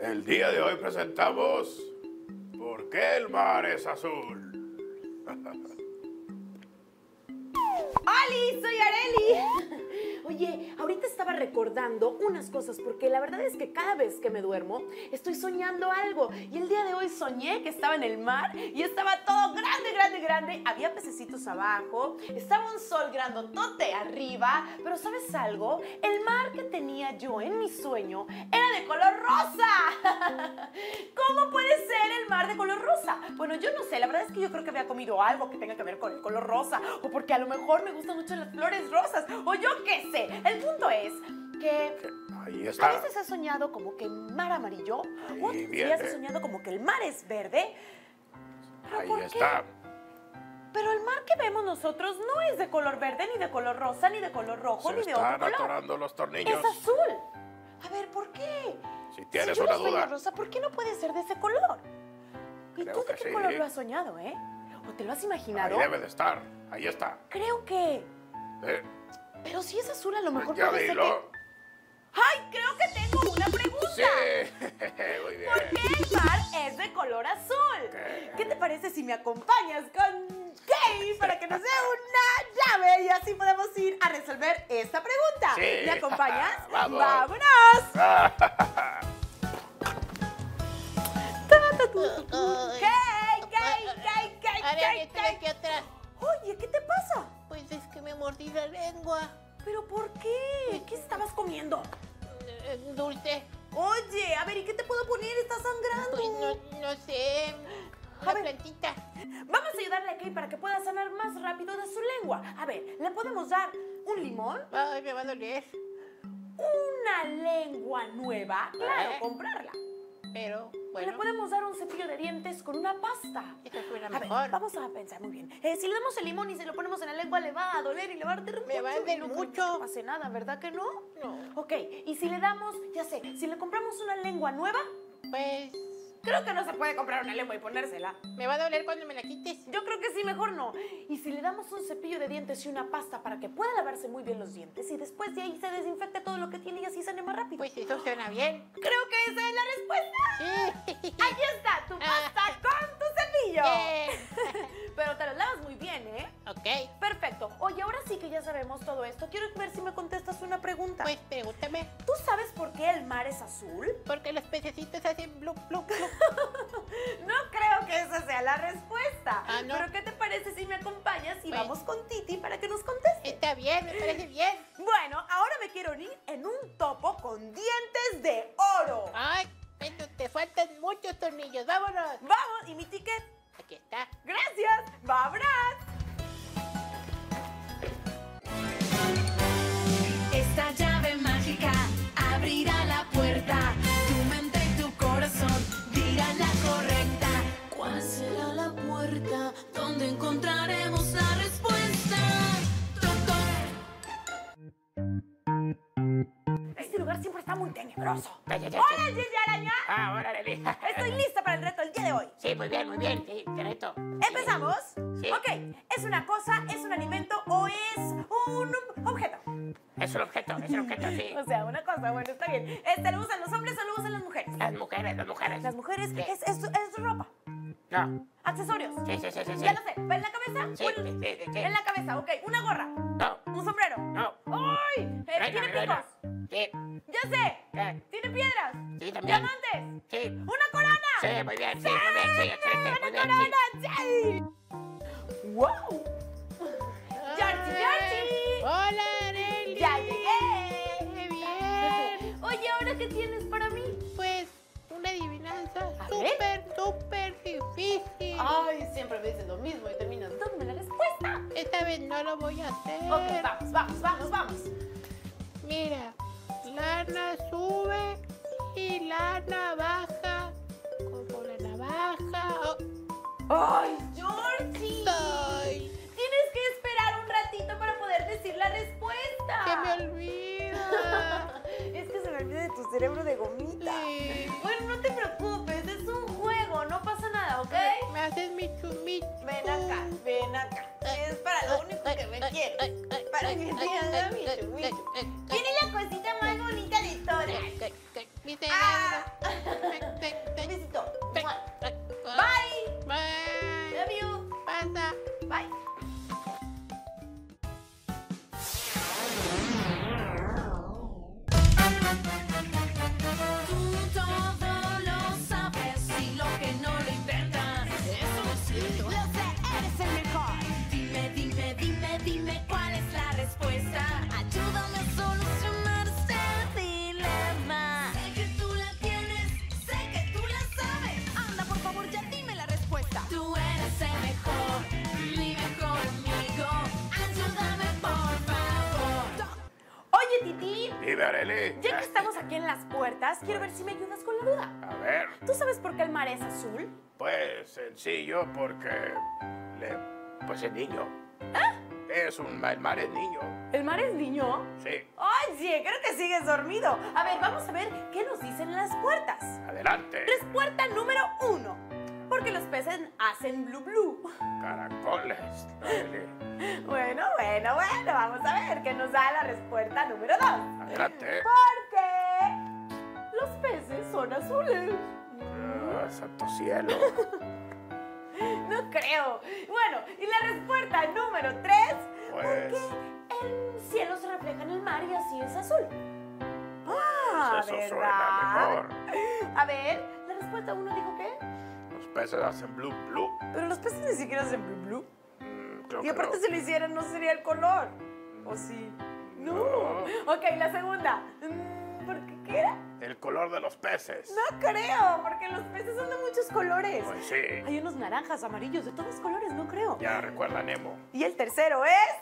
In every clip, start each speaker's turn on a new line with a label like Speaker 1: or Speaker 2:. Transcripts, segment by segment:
Speaker 1: El día de hoy presentamos ¿Por qué el mar es azul?
Speaker 2: ¡Oli! ¡Soy Areli! Oye, ahorita estaba recordando unas cosas porque la verdad es que cada vez que me duermo estoy soñando algo. Y el día de hoy soñé que estaba en el mar y estaba todo grande, grande, grande. Había pececitos abajo, estaba un sol grandotote arriba. Pero ¿sabes algo? El mar que tenía yo en mi sueño era de color rosa. ¿Cómo puede ser el mar de color rosa? Bueno, yo no sé, la verdad es que yo creo que había comido algo que tenga que ver con el color rosa, o porque a lo mejor me gustan mucho las flores rosas, o yo qué sé. El punto es que
Speaker 1: Ahí
Speaker 2: a
Speaker 1: está.
Speaker 2: veces he soñado como que el mar amarillo,
Speaker 1: Ahí
Speaker 2: otros
Speaker 1: viene.
Speaker 2: días he soñado como que el mar es verde, pero
Speaker 1: Ahí
Speaker 2: ¿por qué?
Speaker 1: está.
Speaker 2: Pero el mar que vemos nosotros no es de color verde, ni de color rosa, ni de color rojo,
Speaker 1: Se
Speaker 2: ni de otro
Speaker 1: están
Speaker 2: color.
Speaker 1: atorando los tornillos.
Speaker 2: Es azul. A ver, ¿por qué?
Speaker 1: Si tienes
Speaker 2: yo
Speaker 1: una
Speaker 2: lo sueño
Speaker 1: duda.
Speaker 2: rosa, ¿por qué no puede ser de ese color? ¿Y
Speaker 1: Creo
Speaker 2: tú de
Speaker 1: que
Speaker 2: qué
Speaker 1: sí.
Speaker 2: color lo has soñado, eh? ¿O te lo has imaginado?
Speaker 1: Ahí debe de estar. Ahí está.
Speaker 2: Creo que.
Speaker 1: Eh, pues
Speaker 2: Pero si es azul, a lo mejor
Speaker 1: ya
Speaker 2: puede ser
Speaker 1: dilo.
Speaker 2: que. ¡Ay! Creo que tengo una pregunta.
Speaker 1: Sí. Muy bien.
Speaker 2: ¿Por qué el mar es de color azul?
Speaker 1: ¿Qué?
Speaker 2: ¿Qué te parece si me acompañas con Kay para que nos dé una llave y así podemos ir a resolver esta pregunta?
Speaker 1: Sí.
Speaker 2: ¿Me acompañas?
Speaker 1: Vamos.
Speaker 2: ¡Vámonos! ¡Kay, Kay, Kay, Kay,
Speaker 3: Ahora que
Speaker 2: Kay,
Speaker 3: estoy
Speaker 2: Kay!
Speaker 3: aquí atrás,
Speaker 2: Oye, ¿qué te pasa?
Speaker 3: pues es que me mordí la lengua.
Speaker 2: ¿Pero por qué? ¿Qué estabas comiendo?
Speaker 3: Eh, Dulce,
Speaker 2: Oye, a ver, ¿y qué te puedo poner? Está sangrando.
Speaker 3: pues no, no sé.
Speaker 2: A
Speaker 3: Una
Speaker 2: ver.
Speaker 3: plantita.
Speaker 2: Vamos a ayudarle a Kay para que pueda sanar más rápido de su lengua. A ver, ¿le podemos dar un limón?
Speaker 3: Ay, me va a doler.
Speaker 2: una lengua nueva, claro,
Speaker 3: ¿Eh?
Speaker 2: comprarla.
Speaker 3: Pero
Speaker 2: Le
Speaker 3: bueno,
Speaker 2: podemos dar un cepillo de dientes con una pasta.
Speaker 3: esta suena
Speaker 2: A ver,
Speaker 3: mejor.
Speaker 2: vamos a pensar muy bien. Eh, si le damos el limón y se lo ponemos en la lengua, le va a doler y le va a arder
Speaker 3: Me va a
Speaker 2: mucho.
Speaker 3: arder
Speaker 2: Y no creo
Speaker 3: mucho.
Speaker 2: que no hace nada, ¿verdad que no?
Speaker 3: No,
Speaker 2: Ok, y si le damos, ya sé, si le compramos una lengua nueva,
Speaker 3: pues
Speaker 2: creo que no se puede comprar una lengua y ponérsela.
Speaker 3: me va a doler cuando me la quites.
Speaker 2: Yo creo que sí, mejor no. Y si le damos un cepillo de dientes y una pasta para que pueda lavarse muy bien los dientes y después de ahí se desinfecte todo lo que tiene y así sane más rápido.
Speaker 3: Pues eso suena bien.
Speaker 2: Creo que esa es la respuesta.
Speaker 3: Sí.
Speaker 2: Ahí está tu pasta con tu cepillo.
Speaker 3: Bien.
Speaker 2: Pero te lo lavas muy bien, ¿eh?
Speaker 3: Ok,
Speaker 2: Perfecto. Oye, ahora sí que ya sabemos todo esto. Quiero ver si me contestas una pregunta.
Speaker 3: pues pregúntame.
Speaker 2: ¿Tú sabes por qué el mar es azul?
Speaker 3: Porque los pececitos hacen blup, blup, blup.
Speaker 2: No creo que esa sea la respuesta.
Speaker 3: Ah, ¿no?
Speaker 2: Pero ¿qué te parece si me acompañas y
Speaker 3: Bueno.
Speaker 2: vamos con Titi para que nos conteste?
Speaker 3: Está bien, me parece bien.
Speaker 2: Bueno, ahora me quiero unir en un topo con dientes de oro.
Speaker 3: Ay, pero te faltan muchos tornillos. Vámonos.
Speaker 2: Vamos, y mi ticket.
Speaker 3: Aquí está.
Speaker 2: Gracias. Va Brad.
Speaker 4: Esta llave mágica abrirá la puerta. Tu mente y tu corazón dirán la correcta. ¿Cuál será la puerta donde encontraremos la respuesta? Toc, toc.
Speaker 2: Este lugar siempre está muy tenebroso.
Speaker 3: Ya, ya, ya,
Speaker 2: ¡Hola, Gigi Araña!
Speaker 3: Ah, órale.
Speaker 2: Estoy lista para el reto el día de hoy.
Speaker 3: Sí, muy bien, muy bien. Sí, te reto.
Speaker 2: ¿Empezamos?
Speaker 3: Sí.
Speaker 2: Ok, ¿es una cosa, es un alimento o es un objeto?
Speaker 3: Es un objeto, es un objeto, sí.
Speaker 2: O sea, una cosa, bueno, está bien. Este, ¿Lo usan los hombres o lo usan las mujeres?
Speaker 3: Las mujeres, las mujeres.
Speaker 2: Las mujeres
Speaker 3: Sí.
Speaker 2: es, es, es ropa,
Speaker 3: No.
Speaker 2: accesorios.
Speaker 3: Sí, sí, sí, sí. sí.
Speaker 2: Ya lo sé, ¿va en la cabeza?
Speaker 3: Sí,
Speaker 2: Un-
Speaker 3: sí, sí, sí.
Speaker 2: En la cabeza, ok. Una gorra,
Speaker 3: No,
Speaker 2: un sombrero.
Speaker 3: no.
Speaker 2: ¡Ay! Eh,
Speaker 3: Reina,
Speaker 2: ¿Tiene
Speaker 3: mi
Speaker 2: picos?
Speaker 3: reina. Sí,
Speaker 2: ¡Ya sé!
Speaker 3: ¿Qué?
Speaker 2: ¿Tiene piedras?
Speaker 3: Sí, también.
Speaker 2: ¡Diamantes!
Speaker 3: sí.
Speaker 2: ¡Una corona!
Speaker 3: Sí, muy bien, sí, muy bien, sí, excelente, muy bien, sí.
Speaker 2: ¡Wow! ¡Yarchi, yarchi!
Speaker 3: Ah. ¡Hola, Arely!
Speaker 2: ¡Ya llegué!
Speaker 3: ¡Qué bien!
Speaker 2: Oye, ¿ahora qué tienes para mí?
Speaker 3: Pues, una adivinanza
Speaker 2: A ver. Ah.
Speaker 3: súper, súper difícil.
Speaker 2: Ay, siempre me dices lo mismo y terminas dándome la respuesta.
Speaker 3: Esta vez no lo voy a hacer.
Speaker 2: Ok, vamos, vamos, vamos, vamos.
Speaker 3: Mira, lana sube y lana baja. Como la navaja. Oh,
Speaker 2: ¡Ay, Georgie!
Speaker 3: ¡Ay!
Speaker 2: Tienes que esperar un ratito para poder decir la respuesta.
Speaker 3: ¡Se me olvida!
Speaker 2: Es que se me olvida de tu cerebro de gomita.
Speaker 3: Sí.
Speaker 2: Bueno, no te preocupes, es un juego, no pasa nada, ¿ok?
Speaker 3: Me- Me haces mi chumito.
Speaker 2: Ven acá, ven acá. Es para lo único que me quieres. Para que te haga mi chumito. Tiene la cosita más bonita de todas.
Speaker 3: Mi dice
Speaker 2: Ah.
Speaker 3: negro. Tec, tec,
Speaker 2: Un
Speaker 3: tec,
Speaker 2: besito.
Speaker 3: tec,
Speaker 2: Mua.
Speaker 3: tec.
Speaker 2: Bye.
Speaker 3: Bye.
Speaker 2: Love you.
Speaker 3: Pasa.
Speaker 2: Bye.
Speaker 4: Tú todo lo sabes y lo que no lo intentas. Eso no es cierto. Lo sé, eres el mejor. Dime, dime, dime, dime cuál es la respuesta. Ayúdame a solucionar este dilema. Sé que tú la tienes, sé que tú la sabes. Anda, por favor, ya dime la respuesta. Tú eres el mejor, mi mejor amigo. Ayúdame, por favor.
Speaker 2: Oye, Titi,
Speaker 1: Dime, Arely.
Speaker 2: ya que estamos aquí en las puertas, quiero ver si me ayudas con la duda.
Speaker 1: A ver,
Speaker 2: ¿Tú sabes por qué el mar es azul?
Speaker 1: pues sencillo porque... le- pues es niño.
Speaker 2: ¿Ah?
Speaker 1: Es un el mar es niño.
Speaker 2: ¿El mar es niño?
Speaker 1: Sí,
Speaker 2: Oye, creo que sigues dormido. A ver, vamos a ver qué nos dicen las puertas.
Speaker 1: adelante.
Speaker 2: Respuesta número uno. Porque los peces hacen blue blue.
Speaker 1: Caracoles. Arely.
Speaker 2: Bueno, bueno, bueno, vamos a ver qué nos da la respuesta número dos.
Speaker 1: Adelante.
Speaker 2: Porque los peces son azules.
Speaker 1: Ah, santo cielo.
Speaker 2: No creo. Bueno, y la respuesta número tres.
Speaker 1: Pues-
Speaker 2: Porque el cielo se refleja en el mar y así es azul. Ah,
Speaker 1: Pues Eso
Speaker 2: ¿verdad?
Speaker 1: suena
Speaker 2: ah?
Speaker 1: mejor.
Speaker 2: A ver, la respuesta uno dijo qué?
Speaker 1: Los peces hacen blue, blue.
Speaker 2: Pero los peces ni siquiera hacen blue blue.
Speaker 1: Mm, creo
Speaker 2: Y
Speaker 1: que
Speaker 2: aparte
Speaker 1: no.
Speaker 2: si lo hicieran no sería el color. ¿O sí? No.
Speaker 1: No.
Speaker 2: Ok, la segunda. Mm, ¿Por qué qué era?
Speaker 1: El color de los peces.
Speaker 2: No creo, porque los peces son de muchos colores.
Speaker 1: Pues sí.
Speaker 2: Hay unos naranjas, amarillos, de todos colores, no creo.
Speaker 1: Ya recuerda Nemo.
Speaker 2: Y el tercero es...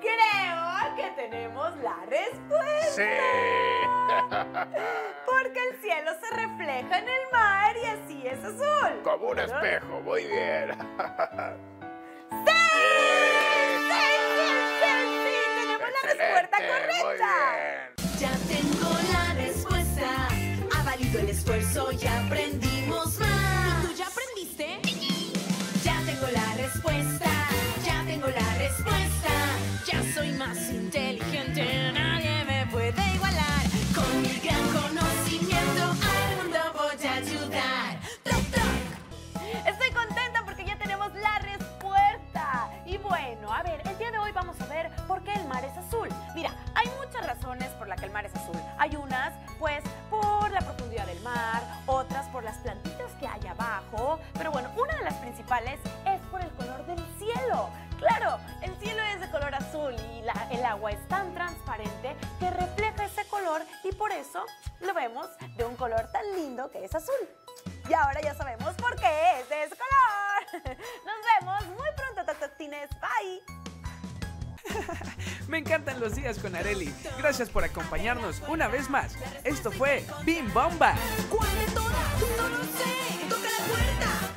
Speaker 2: Creo que tenemos la respuesta.
Speaker 1: Sí.
Speaker 2: Porque el cielo se refleja en el mar y así es azul.
Speaker 1: Como un
Speaker 2: ¿No?
Speaker 1: espejo. Muy bien.
Speaker 2: ¡Sí, sí, sí, sí! ¡Tenemos la respuesta
Speaker 1: Excelente,
Speaker 2: correcta!
Speaker 1: Muy bien.
Speaker 4: Ya tengo la respuesta. Ha valido el esfuerzo y aprendimos más. ¿Tú ya aprendiste? Ya tengo la respuesta. Ya tengo la respuesta. Ya soy más inteligente. Nadie me puede igualar. Con mi gran conocimiento al mundo voy a ayudar. ¡Toc, toc!
Speaker 2: Estoy contenta porque ya tenemos la respuesta. Y bueno, a ver, el día de hoy vamos a ver por qué el mar es azul. Mira, hay muchas razones por las que el mar es azul. Hay unas, pues, por la profundidad del mar, otras por las plantitas que hay abajo. Pero bueno, una de las principales es por el color del cielo. Claro, el cielo es de color azul y la- el agua es tan transparente que refleja ese color y por eso lo vemos de un color tan lindo que es azul. Y ahora ya sabemos por qué es de ese color. Nos vemos muy pronto, Tototines. Bye.
Speaker 5: Me encantan los días con Areli. Gracias por acompañarnos una vez más. Esto fue Bim Bomba.
Speaker 4: ¿Cuál de todas? No lo sé. Toca la puerta.